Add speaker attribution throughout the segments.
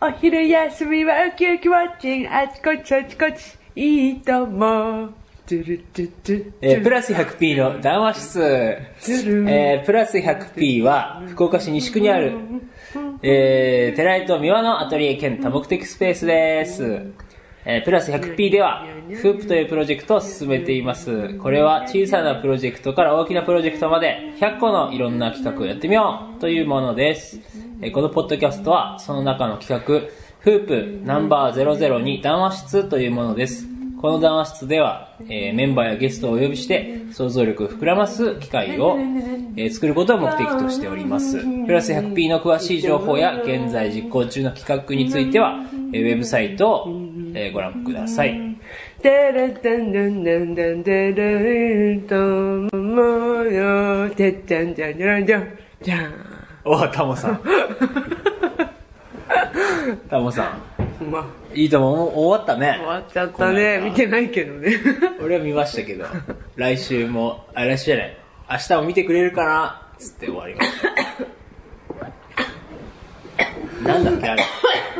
Speaker 1: お昼休みはウキウキウォッチングあちこちあちこちいいともトゥルトゥトゥ
Speaker 2: えープラス 100P の談話室、えープラス 100P は福岡市西区にある、えー、寺井と三輪のアトリエ兼多目的スペースです、えープラス 100P ではフープというプロジェクトを進めていますこれは小さなプロジェクトから大きなプロジェクトまで100個のいろんな企画をやってみようというものです、えーこのポッドキャストはその中の企画フープナンバー00に談話室というものですこの談話室では、えーメンバーやゲストをお呼びして想像力を膨らます機会を、えー作ることを目的としておりますプラス 100P の詳しい情報や現在実行中の企画については、えーウェブサイトを、えーご覧ください
Speaker 1: テレタンダンダンダンテレイともよてっちゃんじゃんじゃんじゃんじゃん
Speaker 2: おタモさんタモさ
Speaker 1: まあ
Speaker 2: んいいとも終わったね
Speaker 1: 終わっちゃったね見てないけどね
Speaker 2: 俺は見ましたけど来週もあ来週じゃない明日も見てくれるかなつって終わりましたなんだっけあれ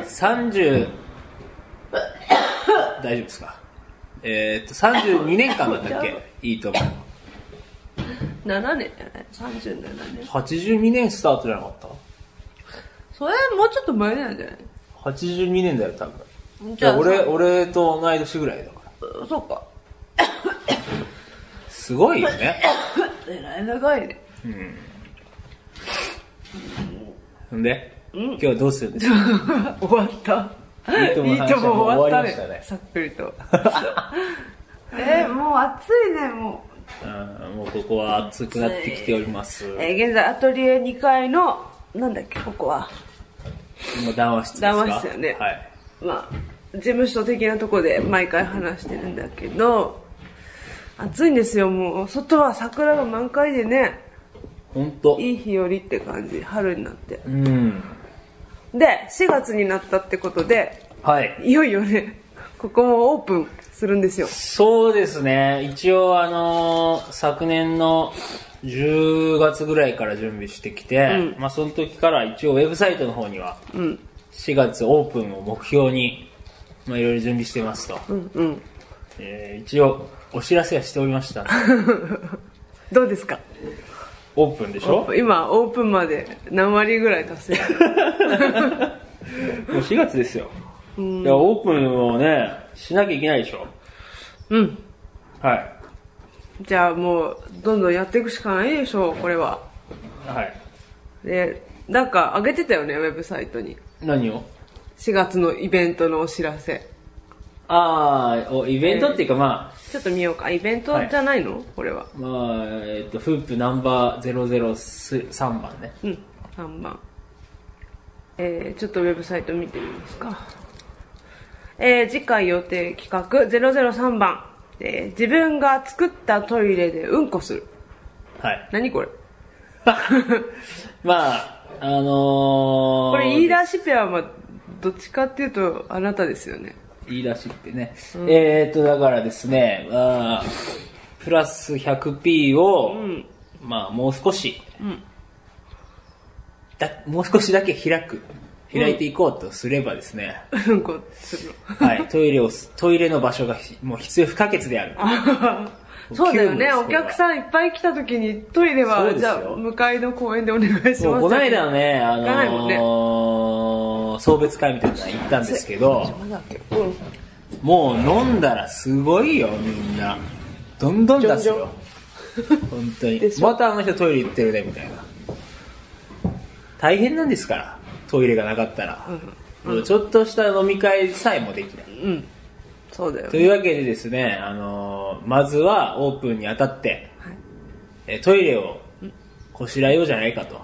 Speaker 2: 30大丈夫ですかえー、っと32年間だったっけいいと思う
Speaker 1: 7年じゃない37年
Speaker 2: 82年スタートじゃなかった
Speaker 1: それもうちょっと前なんじゃない
Speaker 2: 82年だよ多分
Speaker 1: じゃあ
Speaker 2: いや俺俺と同い年ぐらいだから
Speaker 1: そうか
Speaker 2: すごいよね
Speaker 1: えらい長いね
Speaker 2: んで今日はどうするんですか
Speaker 1: 終わった。
Speaker 2: いいともの話はもう終わりましたね
Speaker 1: さっくり と。えー、もう暑いね、もう。
Speaker 2: うんもうここは暑くなってきております。
Speaker 1: えー現在アトリエ2階の、なんだっけ、ここは。
Speaker 2: 今談話室ですか
Speaker 1: 談話室よね
Speaker 2: はい。
Speaker 1: まあ、事務所的なとこで毎回話してるんだけど、暑いんですよ、もう。外は桜が満開でね、
Speaker 2: ほんと。
Speaker 1: いい日和って感じ、春になって。
Speaker 2: うん。
Speaker 1: で、4月になったってことで、
Speaker 2: はい。
Speaker 1: いよいよね、ここもオープンするんですよ。
Speaker 2: そうですね。一応あのー昨年の10月ぐらいから準備してきて、まあその時から一応ウェブサイトの方には、4月オープンを目標に、まあいろいろ準備してますと。
Speaker 1: うんうん。
Speaker 2: えー一応お知らせはしており ましたんで。
Speaker 1: どうですか
Speaker 2: オープンでしょ
Speaker 1: 今オープンまで何割ぐらい達成
Speaker 2: もう4月ですよ。いや、オープンをね、しなきゃいけないでしょ。
Speaker 1: うん
Speaker 2: はい。
Speaker 1: じゃあもうどんどんやっていくしかないでしょうこれは
Speaker 2: はい。
Speaker 1: でなんか上げてたよねウェブサイトに
Speaker 2: 何を
Speaker 1: 4月のイベントのお知らせ
Speaker 2: ああ、おイベントっていうか、ま
Speaker 1: ちょっと見ようかイベントじゃないの、これは
Speaker 2: あ、まあ、えっと、フープナンバー003番ね。
Speaker 1: うん3番えー、ちょっとウェブサイト見てみますかえー、次回予定企画003番、えー、自分が作ったトイレでうんこする
Speaker 2: はい。
Speaker 1: 何これ
Speaker 2: まあ、あのー、
Speaker 1: これ言い出しペアはまあどっちかっていうとあなたですよね
Speaker 2: 言い出しってね。えっと、だからですね、まあ、プラス 100p を、まあ、もう少し、だ、もう少しだけ開く。開いていこうとすればですね、
Speaker 1: うんこするの
Speaker 2: はい、トイレをす、トイレの場所がひもう必要不可欠である。
Speaker 1: そうだよね
Speaker 2: 急務です
Speaker 1: お客さんいっぱい来た時にトイレ
Speaker 2: そう
Speaker 1: は
Speaker 2: です
Speaker 1: じ
Speaker 2: よ
Speaker 1: ゃあ向かいの公園でお願いします
Speaker 2: もうこの間のね、あ
Speaker 1: かないもんね
Speaker 2: のー、送別会みたいなの行ったんですけど、
Speaker 1: なんだっけうん
Speaker 2: もう飲んだらすごいよ、みんな。どんどん出すよ。本当に
Speaker 1: で。しょ
Speaker 2: またあの人トイレ行ってるね、みたいな。大変なんですから、トイレがなかったら。もうちょっとした飲み会さえもできない。
Speaker 1: そうだよ
Speaker 2: というわけでですね、あのーまずはオープンにあたって、えートイレをこしらえようじゃないかと。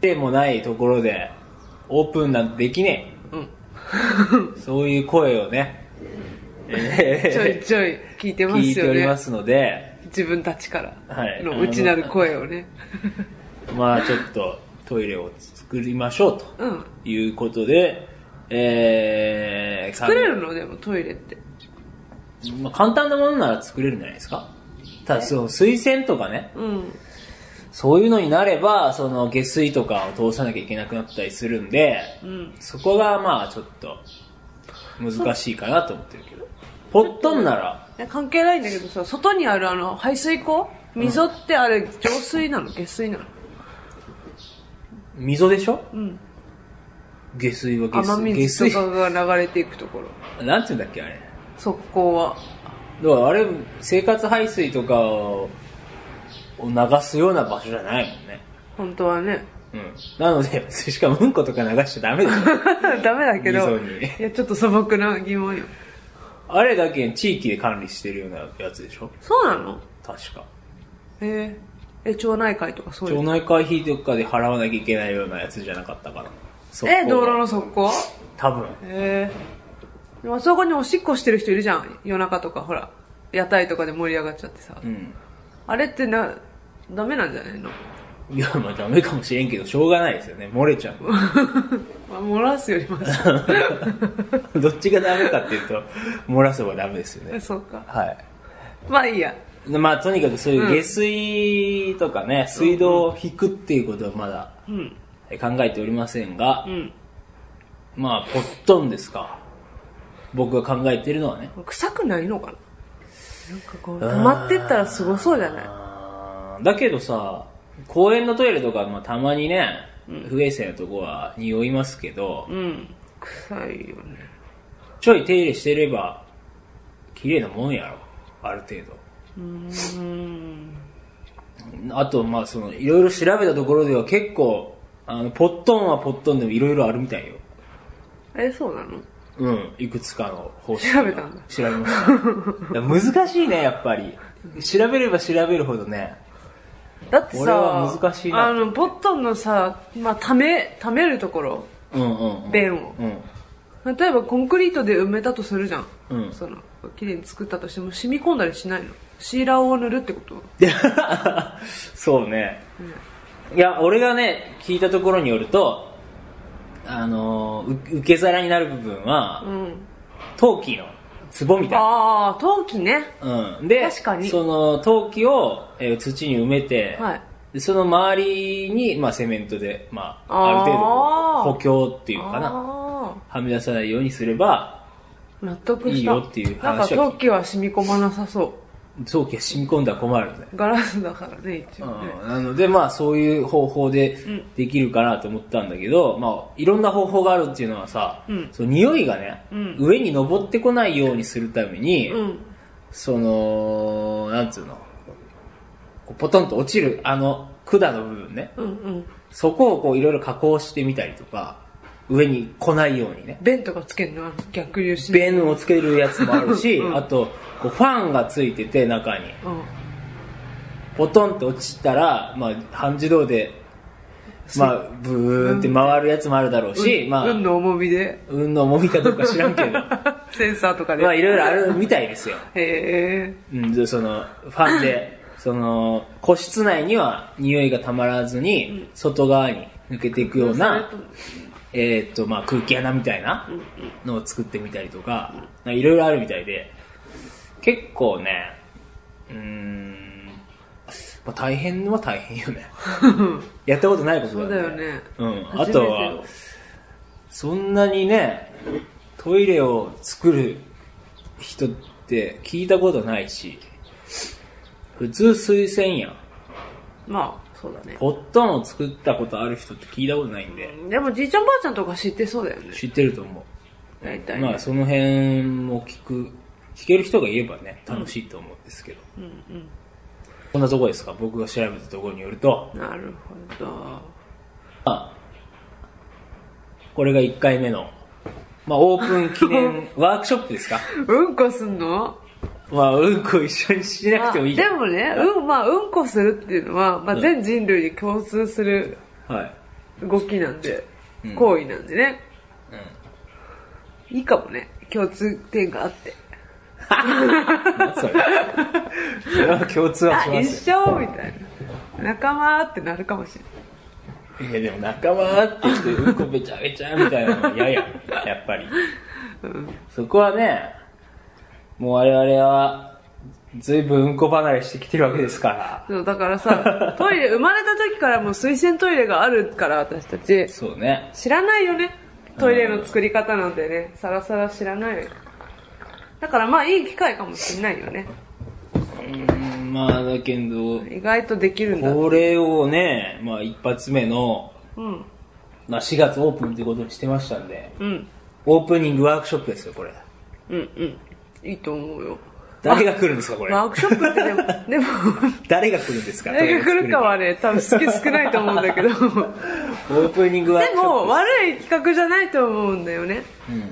Speaker 2: でもないところで、オープンなんてできねえ。そういう声をね、
Speaker 1: ちょい
Speaker 2: え
Speaker 1: ちょい聞いて
Speaker 2: ー
Speaker 1: ま
Speaker 2: 聞い
Speaker 1: す
Speaker 2: て
Speaker 1: よ
Speaker 2: おり
Speaker 1: ね
Speaker 2: ますので、
Speaker 1: 自分たちから
Speaker 2: はい
Speaker 1: の内なる声をね
Speaker 2: まあちょっとトイレを作りましょうと
Speaker 1: うん
Speaker 2: いうことで、えー、
Speaker 1: 作れるのでもトイレって
Speaker 2: まあ、簡単なものなら作れるんじゃないですかただ、その、水洗とかね、
Speaker 1: うん
Speaker 2: そういうのになれば、その下水とかを通さなきゃいけなくなったりするんで、
Speaker 1: うん。
Speaker 2: そこがまあちょっと難しいかなと思ってるけど。ポットンなら、
Speaker 1: いや関係ないんだけどさ、外にあるあの、排水溝溝ってあれ、浄水なの下水なの
Speaker 2: 溝でしょ
Speaker 1: うん。
Speaker 2: 下水は下
Speaker 1: 雨
Speaker 2: 水。下
Speaker 1: 水
Speaker 2: 水
Speaker 1: と。かが流れていくところ。
Speaker 2: なんて言うんだっけあれ。
Speaker 1: 側溝は。
Speaker 2: だからあれ、生活排水とかをを流すような場所じゃないもんね。
Speaker 1: 本当は ね。
Speaker 2: うん。なので、 しかもうんことか流しちゃダメだ よ。
Speaker 1: ダメだけど。
Speaker 2: 溝に
Speaker 1: いや、ちょっと素朴な疑問よ。
Speaker 2: あれだけ地域で管理してるようなやつでしょ
Speaker 1: そうなの
Speaker 2: 確か。
Speaker 1: えー、え、町内会とかそうい
Speaker 2: 町
Speaker 1: う。
Speaker 2: 内会費とかで払わなきゃいけないようなやつじゃなかったかな。そこは
Speaker 1: え、道路の側溝
Speaker 2: 多分。
Speaker 1: えー。でもあそこにおしっこしてる人いるじゃん。夜中とか、ほら。屋台とかで盛り上がっちゃってさ。
Speaker 2: うん。
Speaker 1: あれってな、ダメなんじゃないの
Speaker 2: いや、まあダメかもしれんけど、しょうがないですよね。漏 れちゃう。
Speaker 1: まあ、漏らすよりマシ。
Speaker 2: どっちがダメかっていうと、漏らせばダメですよね。
Speaker 1: そうか。
Speaker 2: はい。
Speaker 1: まあいいや。
Speaker 2: でまあとにかくそういう下水とかね、水道を引くっていうことはまだ
Speaker 1: うん。
Speaker 2: え考えておりませんが
Speaker 1: う、ん。
Speaker 2: まあポットンですか。僕が考えてるのはね。
Speaker 1: 臭くないのかななんかこう、溜まってったらすごそうじゃない
Speaker 2: あーだけどさ、公園のトイレとか、まあ、たまにね、不衛生なとこは匂いますけど、
Speaker 1: うん。臭いよね。
Speaker 2: ちょい手入れしてれば、綺麗なもんやろ。ある程度。
Speaker 1: うーん。
Speaker 2: あと、まあ、その、いろいろ調べたところでは結構、あの、ポットンはポットンでもいろいろあるみたいよ。
Speaker 1: え、そうなの
Speaker 2: うん、いくつかの方式
Speaker 1: 調べたんだ
Speaker 2: 調べました。難しいね、やっぱり。調べれば調べるほどね。
Speaker 1: だって
Speaker 2: 俺
Speaker 1: さ
Speaker 2: は、難しいな
Speaker 1: あの、ボットンのさ、まあ、溜め、溜めるところ、
Speaker 2: うんうん、うん。
Speaker 1: 便を。
Speaker 2: うん。
Speaker 1: 例えばコンクリートで埋めたとするじゃん。
Speaker 2: うん
Speaker 1: その、綺麗に作ったとしても染み込んだりしないの。シーラーを塗るってこと
Speaker 2: そうね。いや、俺がね、聞いたところによると、あのー、う受け皿になる部分は
Speaker 1: う、ん。
Speaker 2: 陶器の壺みたいな。
Speaker 1: ああ、陶器ね。
Speaker 2: うん、で、
Speaker 1: 確かに
Speaker 2: その陶器を、えー土に埋めて、
Speaker 1: はい
Speaker 2: でその周りに、まあ、セメントで、まあ、
Speaker 1: あー
Speaker 2: ある程度こう補強っていうのかな。
Speaker 1: あ
Speaker 2: はみ出さないようにすれ
Speaker 1: あ、
Speaker 2: ば、
Speaker 1: 納得した。
Speaker 2: いいよっていう
Speaker 1: なんか
Speaker 2: 話は聞いた
Speaker 1: 陶器は染み込まなさそ
Speaker 2: 臓器が染み込んだら困るね。
Speaker 1: う。ガラスだからね、一
Speaker 2: う
Speaker 1: 応ね。
Speaker 2: ん、なので、まあ、そういう方法でできるかなと思ったんだけど、まあ、いろんな方法があるっていうのはさ、
Speaker 1: うん
Speaker 2: その匂いがね、
Speaker 1: うん
Speaker 2: 上に登ってこないようにするために、
Speaker 1: うん。
Speaker 2: その、なんつうの、こうポトンと落ちる、あの、管の部分ね。
Speaker 1: うんうん。
Speaker 2: そこをこういろいろ加工してみたりとか、上に来ないようにね。
Speaker 1: 弁とかつけんのあの逆流しない。
Speaker 2: 弁をつけるやつもあるし、あと、こうファンがついてて中に、
Speaker 1: うん。
Speaker 2: ポトンって落ちたら、まあ、半自動で、まあ、ブーンって回るやつもあるだろうし、まあ、
Speaker 1: 運の重みで、
Speaker 2: 運のもみかどうか知らん けど、
Speaker 1: センサーとかで。
Speaker 2: まあ、いろいろあるみたいですよ。
Speaker 1: へえ。
Speaker 2: うん、でその、ファン で、その、個室内には匂いがたまらずに、外側に抜けていくような、えーっと、まあ、空気穴みたいなのを作ってみたりとか、なんかいろいろあるみたいで、結構ね、うーん、まあ、大変は大変よ ね。やったことないことだ
Speaker 1: そうだよね。
Speaker 2: うん。
Speaker 1: 初
Speaker 2: あ
Speaker 1: めて
Speaker 2: と
Speaker 1: よ
Speaker 2: は、そんなにね、トイレを作る人って聞いたことないし、普通推薦やん。
Speaker 1: まあ、そうだね。
Speaker 2: ポットンを作ったことある人って聞いたことないんで、
Speaker 1: でもじいちゃんばあちゃんとか知ってそうだよね。
Speaker 2: 知ってると思う。
Speaker 1: 大体ね。
Speaker 2: まあその辺も聞く、聞ける人がいればね、楽しいと思うんですけど。
Speaker 1: うんうん。
Speaker 2: こんなとこですか僕が調べたところによると、
Speaker 1: なるほど。
Speaker 2: まあ、これが1回目の、まあオープン 記念ワークショップですか
Speaker 1: うんこすんの
Speaker 2: まあうんこ一緒にしなくてもいい。
Speaker 1: あでもね、うん、まあ、うんこするっていうのは、まあ、全人類に共通する
Speaker 2: はい。
Speaker 1: 動きなんで、
Speaker 2: うん
Speaker 1: 行為なんでね。
Speaker 2: うん
Speaker 1: いいかもね。共通点があって。
Speaker 2: 何 それ。それは共通は
Speaker 1: あ
Speaker 2: し、ま
Speaker 1: 一
Speaker 2: す
Speaker 1: 緒みたいな。仲間ってなるかもしれない。
Speaker 2: よ。いやでも仲間って言ってうんこべちゃべちゃみたいなのは嫌や ん。やっぱり。
Speaker 1: うん。
Speaker 2: そこはね、もう我々は、ずいぶんうんこ離れしてきてるわけですから。
Speaker 1: そうだからさトイレ生まれた時からもう水洗トイレがあるから私たち
Speaker 2: そうね。
Speaker 1: 知らないよねトイレの作り方なんてねさらさら知らないよねだからまあいい機会かもしれないよね
Speaker 2: うん、まあだけど、
Speaker 1: 意外とできるんだ
Speaker 2: これをね、まあ一発目の、
Speaker 1: うん
Speaker 2: まあ4月オープンってことにしてましたんで、
Speaker 1: うん
Speaker 2: オープニングワークショップですよ、これ。
Speaker 1: うんうんいいと思うよ
Speaker 2: 誰が来るんですか、これ。
Speaker 1: ワークショップってでもでも
Speaker 2: 誰が来るんですか
Speaker 1: 誰が来るかはね多分好き少ないと思うんだけどで
Speaker 2: オープニングワークショップ。
Speaker 1: も悪い企画じゃないと思うんだよね
Speaker 2: うん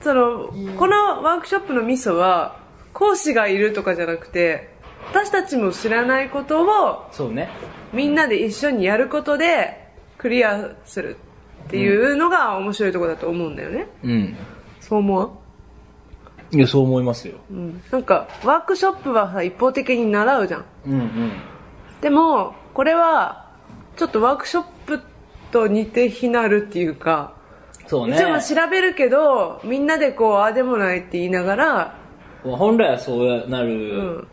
Speaker 1: そのこのワークショップのミソは講師がいるとかじゃなくて私たちも知らないことを
Speaker 2: そうね。
Speaker 1: みんなで一緒にやることでクリアするっていうのが面白いところだと思うんだよね、
Speaker 2: うん。
Speaker 1: そう思う
Speaker 2: いや、そう思いますよ。
Speaker 1: うん、なんかワークショップはさ一方的に習うじゃん
Speaker 2: うんうん。
Speaker 1: でもこれはちょっとワークショップと似て非なるっていうか、
Speaker 2: そうね
Speaker 1: 一。応調べるけどみんなでこうああでもないって言いながら
Speaker 2: 本来はそうな
Speaker 1: う
Speaker 2: る
Speaker 1: ん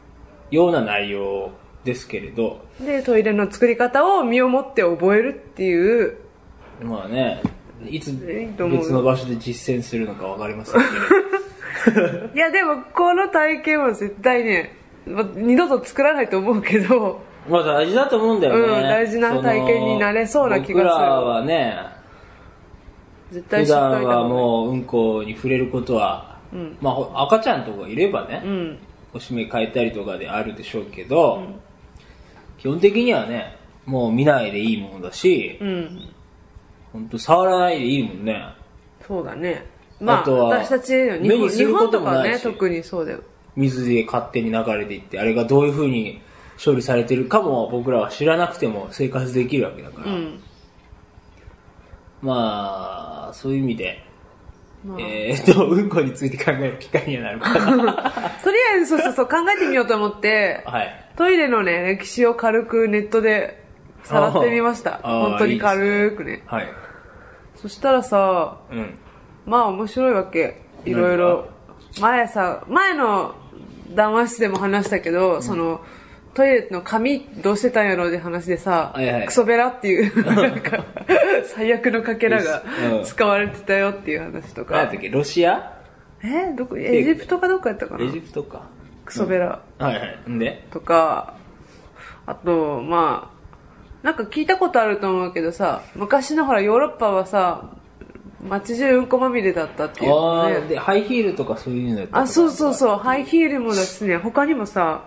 Speaker 2: ような内容ですけれど、
Speaker 1: でトイレの作り方を身をもって覚えるっていう
Speaker 2: まあね、いつ
Speaker 1: いいと思う
Speaker 2: 別の場所で実践するのかわかりません け
Speaker 1: いやでもこの体験は絶対ねま二度と作らないと思うけど
Speaker 2: ど、まあ大事だと思うんだよね。
Speaker 1: うん大事な体験になれそうな気がする
Speaker 2: その僕らはね、
Speaker 1: 絶対
Speaker 2: 普
Speaker 1: 失敗
Speaker 2: 段
Speaker 1: だ
Speaker 2: はもううんこに触れることは、まあ赤ちゃんとかいればね、
Speaker 1: ううん
Speaker 2: おしめ変えたりとかであるでしょうけど、基本的にはね、もう見ないでいいものだし、
Speaker 1: うん
Speaker 2: ほんと触らないでいいもんね。
Speaker 1: そうだねまあ
Speaker 2: あとは
Speaker 1: 私たちの日
Speaker 2: 目
Speaker 1: 本
Speaker 2: にす
Speaker 1: 日
Speaker 2: る
Speaker 1: 本
Speaker 2: こと
Speaker 1: と
Speaker 2: も
Speaker 1: かは
Speaker 2: ないし
Speaker 1: ね特にそうだよ
Speaker 2: 水で勝手に流れていって、あれがどういう風に処理されてるかも僕らは知らなくても生活できるわけだから。
Speaker 1: うん
Speaker 2: まあ、そういう意味で、
Speaker 1: まあ
Speaker 2: えーっと、うんこについて考える機会にはなる かな。
Speaker 1: とりあえずそうそうそう考えてみようと思って
Speaker 2: はい。
Speaker 1: トイレのね歴史を軽くネットでさらってみました
Speaker 2: あー
Speaker 1: 本当に軽くね
Speaker 2: はい。
Speaker 1: そしたらさ
Speaker 2: うん。
Speaker 1: まあ面白いわけいろいろ前さ前の談話室でも話したけど、そのトイレの紙どうしてたんやろうって話でさ、
Speaker 2: はいはい
Speaker 1: クソベラって いうなんか最悪のかけらが
Speaker 2: うん
Speaker 1: 使われてたよっていう話と
Speaker 2: 何
Speaker 1: か
Speaker 2: だっ、けロシア
Speaker 1: えどこエジプトかどっかやったかな
Speaker 2: エジプトか。
Speaker 1: クソベラ
Speaker 2: はいはい。んで
Speaker 1: とか、あとまあなんか聞いたことあると思うけどさ昔のほらヨーロッパはさ街中うんこまみれだったっていう
Speaker 2: あ
Speaker 1: のね
Speaker 2: ー、で、ハイヒールとかそういうのやった
Speaker 1: あ、そうそう
Speaker 2: う。
Speaker 1: そう、ハイヒールもだしね、他にもさ、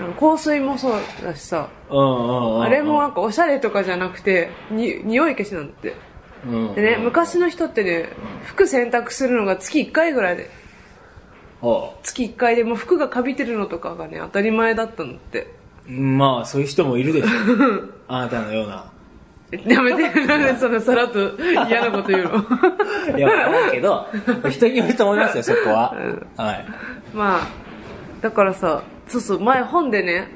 Speaker 1: なんか香水もそうだしさ、
Speaker 2: うんうんうんうん。
Speaker 1: あれもなんかおしゃれとかじゃなくて、に、匂い消しなんだって。
Speaker 2: うんうんうん、
Speaker 1: でね、昔の人ってね、服洗濯するのが月1回ぐらいで、
Speaker 2: あ
Speaker 1: 月1回でもう服がかびてるのとかがね、当たり前だったんだって。
Speaker 2: あまあ、そういう人もいるでし ょう。あなたのような。
Speaker 1: やめて、なんでそのさらっと嫌なこと言う の
Speaker 2: いや、だけど、人によると思いますよ、そこは。はい。
Speaker 1: まあ、だからさ、そうそう、前本でね、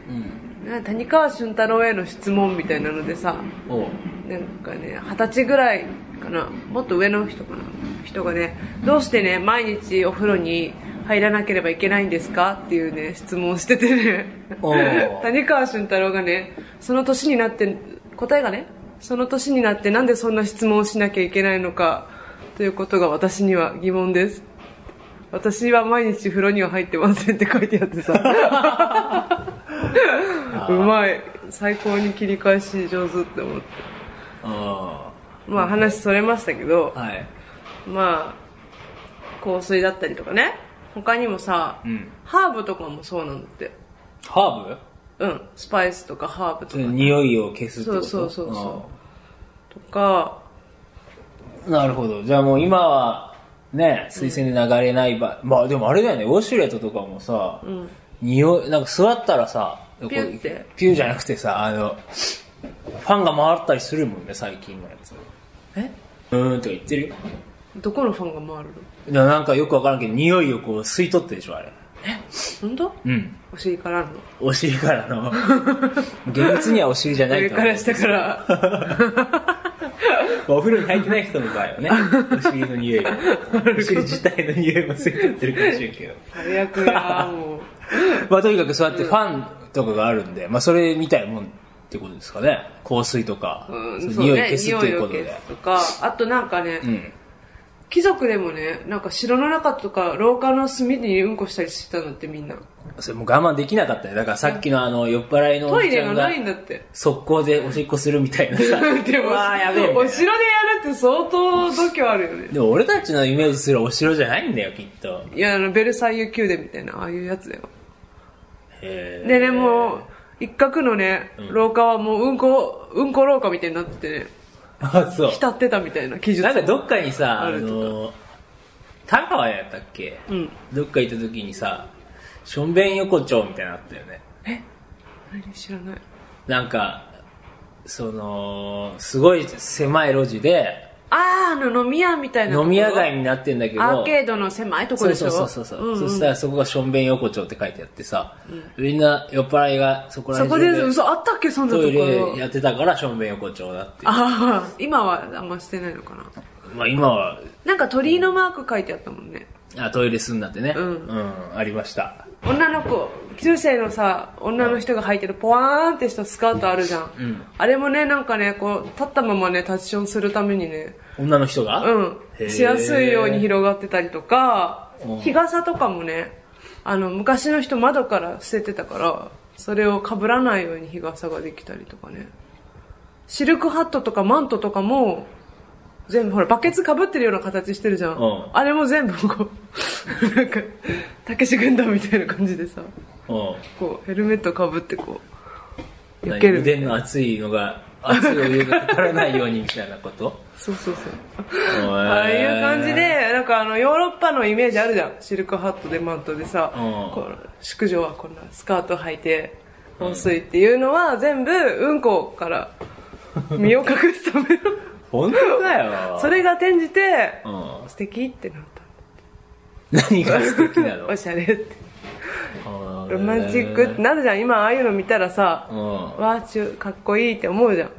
Speaker 2: うん。
Speaker 1: な谷川俊太郎への質問みたいなのでさ、
Speaker 2: おう。
Speaker 1: なんかね二十歳ぐらいかなもっと上の人かな人がねどうしてね毎日お風呂に入らなければいけないんですかっていうね質問をしててね
Speaker 2: お ー
Speaker 1: 谷川俊太郎がねその年になって答えがねその年になってなんでそんな質問をしなきゃいけないのかということが私には疑問です私は毎日風呂には入ってませんって書いてあってさ うまい最高に切り返し上手って思って
Speaker 2: あ
Speaker 1: まあ話それましたけど
Speaker 2: あ。、はい。
Speaker 1: まあ、香水だったりとかね。他にもさ、
Speaker 2: うん
Speaker 1: ハーブとかもそうなんだって。
Speaker 2: ハーブ
Speaker 1: うん、スパイスとかハーブと
Speaker 2: そ
Speaker 1: か
Speaker 2: の匂いを消すってこと
Speaker 1: そうそうそうそとか、
Speaker 2: うんなるほど。じゃあもう今は、ね、水洗で流れない場、まあでもあれだよね、ウォシュレットとかもさ、匂い、なんか座ったらさ、ピ
Speaker 1: ュンって
Speaker 2: ピューじゃなくてさ、あの、ファンが回ったりするもんね、最近のやつ。
Speaker 1: え
Speaker 2: うーんとか言ってるよ。
Speaker 1: どこのファンが回るの
Speaker 2: いやなんかよくわからんけど、匂いをこう吸い取ってるでしょ、あれ。
Speaker 1: 本当
Speaker 2: うん。
Speaker 1: お尻からなの
Speaker 2: お尻 からの。厳密にはお尻じゃない
Speaker 1: 上
Speaker 2: と
Speaker 1: か
Speaker 2: 思う
Speaker 1: ら。下から。
Speaker 2: まあお風呂に入ってない人の場合 はね、お尻の匂いも、お尻自体の匂いもついてってるかもしれんけど。
Speaker 1: 最悪やもう
Speaker 2: まあとにかくそうやってファンとかがあるんで、まあそれみたいもんってことですかね。香水とか、
Speaker 1: うん、
Speaker 2: その
Speaker 1: そう
Speaker 2: 匂い
Speaker 1: ね
Speaker 2: 消すということ
Speaker 1: 匂いを
Speaker 2: で
Speaker 1: 消。すとかあとなんかね、
Speaker 2: うん。
Speaker 1: 貴族でもねなんか城の中とか廊下の隅にうんこしたりしてたのってみんな
Speaker 2: それもう我慢できなかったね。だからさっきのあの、酔っ払いのお
Speaker 1: トイ
Speaker 2: じち
Speaker 1: レ
Speaker 2: ゃ
Speaker 1: が
Speaker 2: ん
Speaker 1: な
Speaker 2: が、
Speaker 1: いんだ って
Speaker 2: 速攻でおしっこするみたいなさ。
Speaker 1: で
Speaker 2: う
Speaker 1: も
Speaker 2: わーやべえみたい
Speaker 1: お
Speaker 2: な。
Speaker 1: 城でやるって相当度胸あるよね
Speaker 2: でも俺たちのイメージするお城じゃないんだよ、きっと。
Speaker 1: いやあのベルサイユ宮殿みたいなああいうやつだよ
Speaker 2: へー
Speaker 1: でねもう一角のね廊下はもううんこうんこ廊下みたいになっててね
Speaker 2: あ、そう。
Speaker 1: 浸ってたみたいな記述
Speaker 2: なんかどっかにさ、あ
Speaker 1: あるとか
Speaker 2: の、田川やったっけ、
Speaker 1: うん
Speaker 2: どっか行った時にさ、しょんべん横丁みたいなのあったよね。
Speaker 1: 何知らない
Speaker 2: なんか、その、すごい狭い路地で、
Speaker 1: あーあの飲み屋みたいなとこ
Speaker 2: 飲み屋街になってんだけど、
Speaker 1: アーケードの狭いとこ
Speaker 2: そう
Speaker 1: でし
Speaker 2: そ
Speaker 1: ょ
Speaker 2: うそうそうそう、
Speaker 1: んん
Speaker 2: そしたらそこがしょんべん横丁って書いてあってさ、みんな酔っ払いがそこら
Speaker 1: そこ
Speaker 2: 辺
Speaker 1: で
Speaker 2: 中
Speaker 1: 嘘あったっけそんなとこ
Speaker 2: トイ
Speaker 1: ろ
Speaker 2: レやってたからしょんべん横丁だって。
Speaker 1: ああ今はあんましてないのかな
Speaker 2: まあ今は、
Speaker 1: なんか鳥居のマーク書いてあったもんね
Speaker 2: あトイレすんだってね、
Speaker 1: うん
Speaker 2: うん、ありました。
Speaker 1: 女の子中世のさ女の人が履いてるポワーンってしたスカートあるじゃん、
Speaker 2: ん
Speaker 1: あれもねなんかねこう立ったままねタッチションするためにね
Speaker 2: 女の人が
Speaker 1: うんしやすいように広がってたりとか
Speaker 2: うん
Speaker 1: 日傘とかもねあの昔の人窓から捨ててたからそれをかぶらないように日傘ができたりとかねシルクハットとかマントとかも全部ほらバケツかぶってるような形してるじゃん、
Speaker 2: うん
Speaker 1: あれも全部こう なんかたけし軍団みたいな感じでさ
Speaker 2: 広
Speaker 1: こうヘルメットかぶってこう
Speaker 2: うん。
Speaker 1: 避ける
Speaker 2: 腕の熱い のが、熱いお湯がかからないようにみたいなこと
Speaker 1: そうそうそう
Speaker 2: あ
Speaker 1: ああいう感じ。で、なんかあの、ヨーロッパのイメージあるじゃん。シルクハットでマントでさ、
Speaker 2: うん
Speaker 1: こう淑女はこんなスカート履いて、温水っていうのは全部、うんこから身を隠すための。
Speaker 2: 本当だよ。
Speaker 1: それが転じて、
Speaker 2: うん。
Speaker 1: 素敵ってなった。
Speaker 2: 何が素敵なの
Speaker 1: おしゃれって。
Speaker 2: ロ
Speaker 1: ロマンチックってなるじゃん。今ああいうの見たらさ、
Speaker 2: う
Speaker 1: わあ、ちゅかっこいいって思うじゃん。
Speaker 2: ん。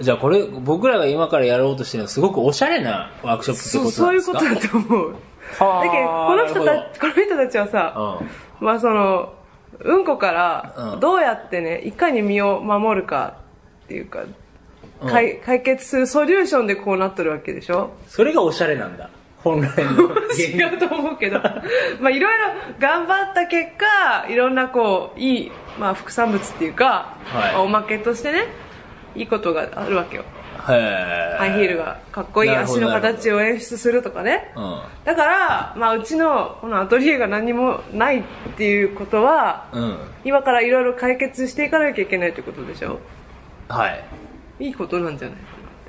Speaker 2: じゃあこれ、僕らが今からやろうとしてるのはすごくおしゃれなワークショップって
Speaker 1: そ
Speaker 2: こ
Speaker 1: う
Speaker 2: と
Speaker 1: そ
Speaker 2: な
Speaker 1: うんい
Speaker 2: で
Speaker 1: う
Speaker 2: す
Speaker 1: こ
Speaker 2: か
Speaker 1: とだと思う。だけど、この人たち、この人たちはさ、
Speaker 2: うん。
Speaker 1: まあその、うんこか
Speaker 2: う
Speaker 1: ら
Speaker 2: ん
Speaker 1: どうやってね、いかに身を守るかっていうか、
Speaker 2: うん
Speaker 1: かい解決するソリューションでこうなっとるわけでしょ
Speaker 2: それがおしゃれなんだ。本来の原理。
Speaker 1: 違うと思う けど、まあいろいろ頑張った結果、いろんなこう、いい、まあ副産物っていうか、
Speaker 2: はい
Speaker 1: まあおまけとしてね、いいことがあるわけよ。
Speaker 2: へ
Speaker 1: ハイヒールがかっこいい
Speaker 2: なるほ
Speaker 1: 足
Speaker 2: ど
Speaker 1: の形を演出するとかね。
Speaker 2: が。
Speaker 1: だから、まあうちのこのアトリエが何もないっていうことは、
Speaker 2: うん。うん。
Speaker 1: 今からいろいろ解決していかなきゃいけないってことでしょ
Speaker 2: はい。
Speaker 1: いいことなんじゃ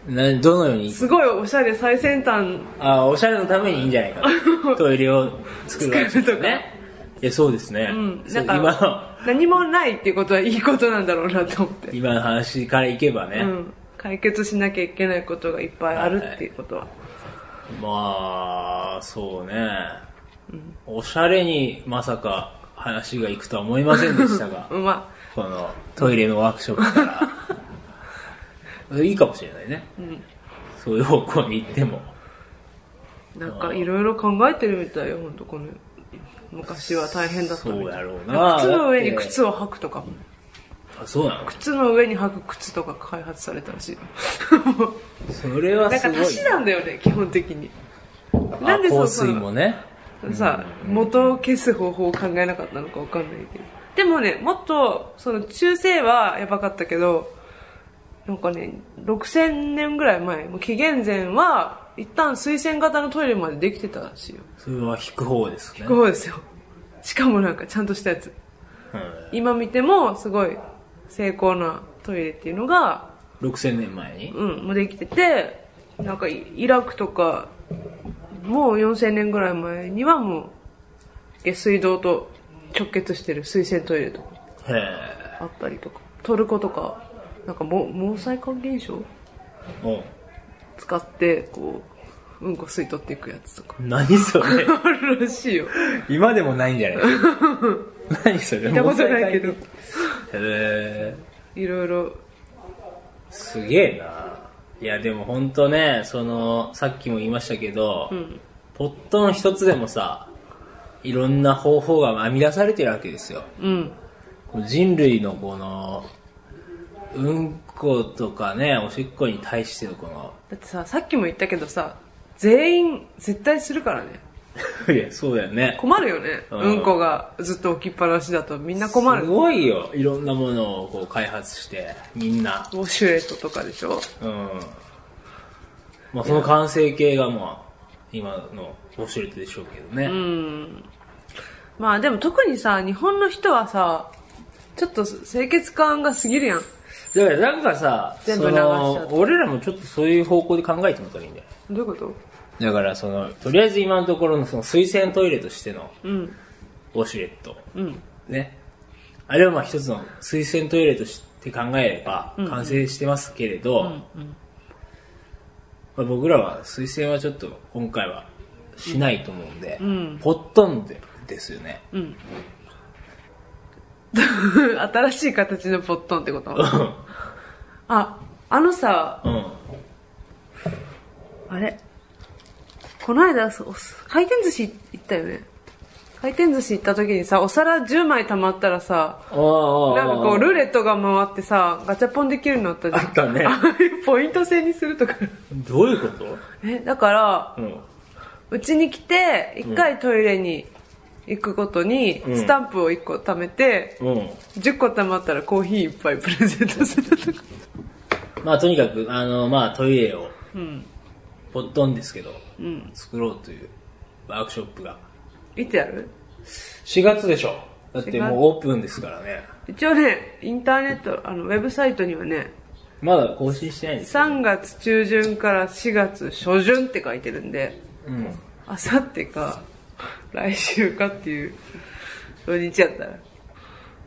Speaker 1: ない
Speaker 2: などのように
Speaker 1: すごいおしゃれ最先端
Speaker 2: あおしゃれのためにいいんじ ゃないかなトイレを作るわけですねいやそうですね、
Speaker 1: うん
Speaker 2: そう
Speaker 1: だか
Speaker 2: 今の
Speaker 1: ら何もないっていうことはいいことなんだろうなと思 って、
Speaker 2: 今の話からいけばね、
Speaker 1: うん、解決しなきゃいけないことがいっぱいあるっていうことは、
Speaker 2: まあそうね、おしゃれにまさか話がいくとは思いませんでし たが
Speaker 1: うんま
Speaker 2: このトイレのワークショップか らいいかもしれないね、そういう方向に行っても
Speaker 1: あなんかいろいろ考えてるみたいよ本当この昔は大変だったみたい
Speaker 2: そうやろうな
Speaker 1: 靴の上に
Speaker 2: だって
Speaker 1: 靴を履くとかも
Speaker 2: あそうなの
Speaker 1: 靴の上に履く靴とか開発されたらしい
Speaker 2: それは
Speaker 1: なん
Speaker 2: す
Speaker 1: か
Speaker 2: ごい
Speaker 1: 足しなんだよね基本的に
Speaker 2: あ
Speaker 1: なんでそう
Speaker 2: 香水もね
Speaker 1: さ元を消す方法を考えなかったのかわかんないけどでもねもっとその中世はやばかったけどなんかね6000年ぐらい前もう紀元前は一旦水洗型のトイレまでできてたらしいよ
Speaker 2: それは引く方ですね
Speaker 1: そうですよしかもなんかちゃんとしたやつ
Speaker 2: うん
Speaker 1: 今見てもすごい精巧なトイレっていうのが
Speaker 2: 6000年前に
Speaker 1: うん、もうできてて、なんかイイラクとか、もう4000年ぐらい前にはもう、下水道と直結してる水洗トイレとか
Speaker 2: へえ
Speaker 1: あったりとか、トルコとか、なんかも毛細管現象
Speaker 2: お
Speaker 1: 使って、こう、うんこ吸い取っていくやつと か。
Speaker 2: 何それ
Speaker 1: あるらしいよ。
Speaker 2: 今でもないんじゃない 何それ
Speaker 1: 見たことないけど
Speaker 2: へ。え
Speaker 1: いろいろ、
Speaker 2: すげえないや、でも本当ね、その、さっきも言いましたけど、
Speaker 1: ん
Speaker 2: ポットの一つでもさ、いろんな方法が編み出されてるわけですよ。
Speaker 1: うん
Speaker 2: 人類のこの、うんことかね、おしっこに対してのこの、
Speaker 1: だってささっきも言ったけどさ全員絶対するからね
Speaker 2: いや、そうだよね。
Speaker 1: 困るよね
Speaker 2: うん
Speaker 1: うんこがずっと置きっぱなしだとみんな困
Speaker 2: す
Speaker 1: る
Speaker 2: ごいよ。いろんなものをこう開発して、みんな。
Speaker 1: ウォシュレットとかでしょ
Speaker 2: うん。まあその完成形がまあ、今のウォシュレットでしょうけどね。
Speaker 1: まあでも特にさ日本の人はさちょっと清潔感が過ぎるやん
Speaker 2: だからなんかさ、
Speaker 1: 全部流しちゃう
Speaker 2: その俺らもちょっとそういう方向で考えてみたらいいんだよ。
Speaker 1: どういうこと
Speaker 2: だからその、とりあえず今のところのその水洗トイレとしての
Speaker 1: うん
Speaker 2: ウォシュレット。
Speaker 1: うん
Speaker 2: ね。あれはまあ一つの水洗トイレとして考えれば完成してますけれど、まあ、僕らは水洗はちょっと今回はしないと思うんで、ほっとんでですよね。
Speaker 1: 新しい形のポットンってことあ、あのさ、
Speaker 2: うん。
Speaker 1: あれ。この間、そ回転寿司行ったよね。回転寿司行った時にさ、お皿10枚溜まったらさ、
Speaker 2: おーおーおー
Speaker 1: なんかこう、ルーレットが回ってさ、ガチャポンできるようになったじゃん。
Speaker 2: あったね
Speaker 1: ああいうポイント制にするとか。
Speaker 2: どういうこと
Speaker 1: え、だから、
Speaker 2: うん。
Speaker 1: うちに来て、一回トイレに行くごとに、
Speaker 2: うん
Speaker 1: スタンプを1個貯めて、
Speaker 2: うん。
Speaker 1: 10個貯まったらコーヒー1杯プレゼントすると か。
Speaker 2: まあとにかく、あの、まあトイレを、ポットンですけど、作ろうというワークショップが。
Speaker 1: いつやる
Speaker 2: 4月でしょ。だってもうオープンですからね。
Speaker 1: 一応ね、インターネット、あの、ウェブサイトにはね、
Speaker 2: まだ更新してないんですよ。
Speaker 1: 3月中旬から4月初旬って書いてるんで、
Speaker 2: うん。
Speaker 1: あさってか、来週かっていう、土日やったら。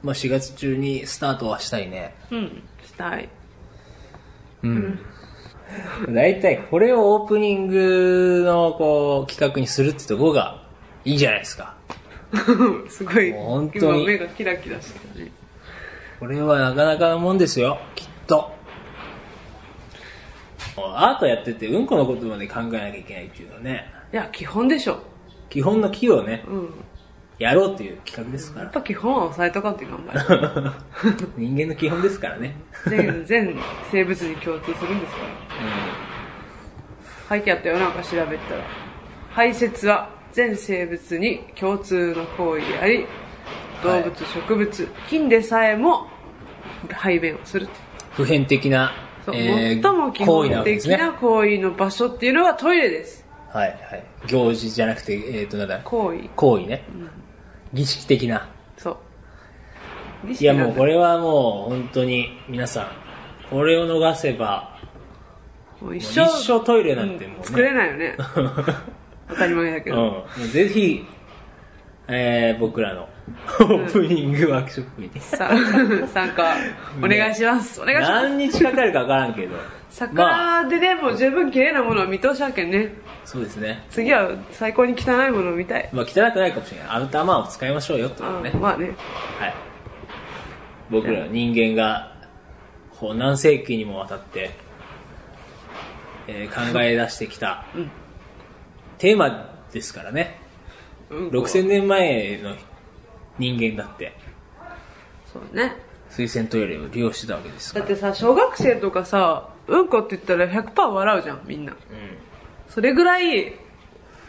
Speaker 2: まあ4月中にスタートはしたいね。
Speaker 1: うん、したい。
Speaker 2: 大体これをオープニングのこう企画にするってとこがいいんじゃないですか。
Speaker 1: すごい、
Speaker 2: もう本当に
Speaker 1: 今目がキラキラしてたね。
Speaker 2: これはなかなかのもんですよ、きっと。アートやっててうんこのことまで考えなきゃいけないっていうのはね、
Speaker 1: いや、基本でしょ。
Speaker 2: 基本の木をね、
Speaker 1: うん。
Speaker 2: やろうっていう企画ですか
Speaker 1: やっ
Speaker 2: ら。
Speaker 1: ぱ基本は抑えとかんと頑張
Speaker 2: 人間の基本ですからね。
Speaker 1: る。全、全生物に共通するんですから。書いてあったよ、なんか調べたら。排泄は全生物に共通の行為であり、動
Speaker 2: は
Speaker 1: 物、
Speaker 2: い
Speaker 1: 植物、菌でさえも排便をすると。
Speaker 2: 普遍的な、
Speaker 1: そう
Speaker 2: えー
Speaker 1: 最も基
Speaker 2: 行為な
Speaker 1: 本
Speaker 2: わけで
Speaker 1: 的
Speaker 2: すね。
Speaker 1: な行為の場所っていうのがトイレです。
Speaker 2: はいはい。行事じゃなくて、えっ、と、なんだ、
Speaker 1: 行為。
Speaker 2: 行為ね。儀式的な。
Speaker 1: そう。
Speaker 2: いやもうこ
Speaker 1: れ。
Speaker 2: れはもう本当に皆さん、これを逃せば、
Speaker 1: もう一
Speaker 2: も
Speaker 1: 生
Speaker 2: う一生トイレなんてもうね
Speaker 1: ん作れないよね。当たり前だけ
Speaker 2: うん、
Speaker 1: ど。
Speaker 2: もうぜひ、えー、僕らのオープニングワークショップに。
Speaker 1: さあ参 加、お願いします。お願いします。
Speaker 2: 何日かかるかわからんけど。まあ、
Speaker 1: 桜ででも十分綺麗なものを見通しわけんね。
Speaker 2: そうですね。
Speaker 1: 次は最高に汚いものを見たい。
Speaker 2: まあ汚くないかもしれない。あの玉を使いましょうよってことね
Speaker 1: うん。まあね。
Speaker 2: はい。僕ら人間が、こう何世紀にもわたって、えー考え出してきた、テーマですからね。
Speaker 1: うんこ
Speaker 2: 6000年前の人間だって、
Speaker 1: そうね。
Speaker 2: 水洗トイレを利用してたわけですか
Speaker 1: だっ
Speaker 2: ら。
Speaker 1: てさ、小学生とかさ、うんこって言ったら100%笑うじゃん、みんな。それぐらい、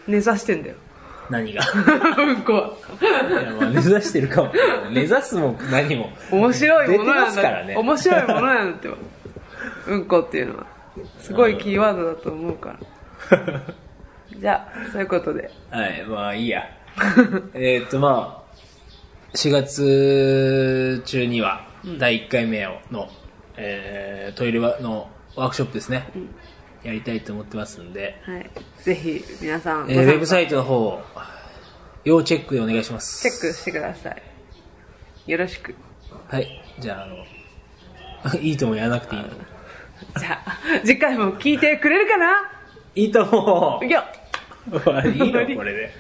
Speaker 1: 根ざしてんだよ。
Speaker 2: 何が。
Speaker 1: うんこは。
Speaker 2: いやまあ根ざしてるかも。根ざすも何も。
Speaker 1: 面白いもの
Speaker 2: 出て
Speaker 1: な
Speaker 2: ま
Speaker 1: ん
Speaker 2: すか
Speaker 1: だ、
Speaker 2: らね
Speaker 1: 面白いものなんだってば。うんこっていうのは。すごいキーワードだと思うから。 じゃあ、そういうことで。
Speaker 2: はい、まあいいや。 えーっとまあ、4月中には、第1回目の、えートイレワのワークショップですね。やりたいと思ってますんで、
Speaker 1: はい。ぜひ、皆さん、
Speaker 2: え
Speaker 1: ご参
Speaker 2: ーウ
Speaker 1: 加
Speaker 2: ェブサイトの方を、要チェックでお願いします。
Speaker 1: チェックしてください。よろしく。
Speaker 2: はい、じゃあ、あの、い いともやらなくていい。
Speaker 1: じゃあ、次回も聞いてくれるかない
Speaker 2: いとも
Speaker 1: いや。
Speaker 2: 終わりいい
Speaker 1: 終わ
Speaker 2: の
Speaker 1: り
Speaker 2: これで。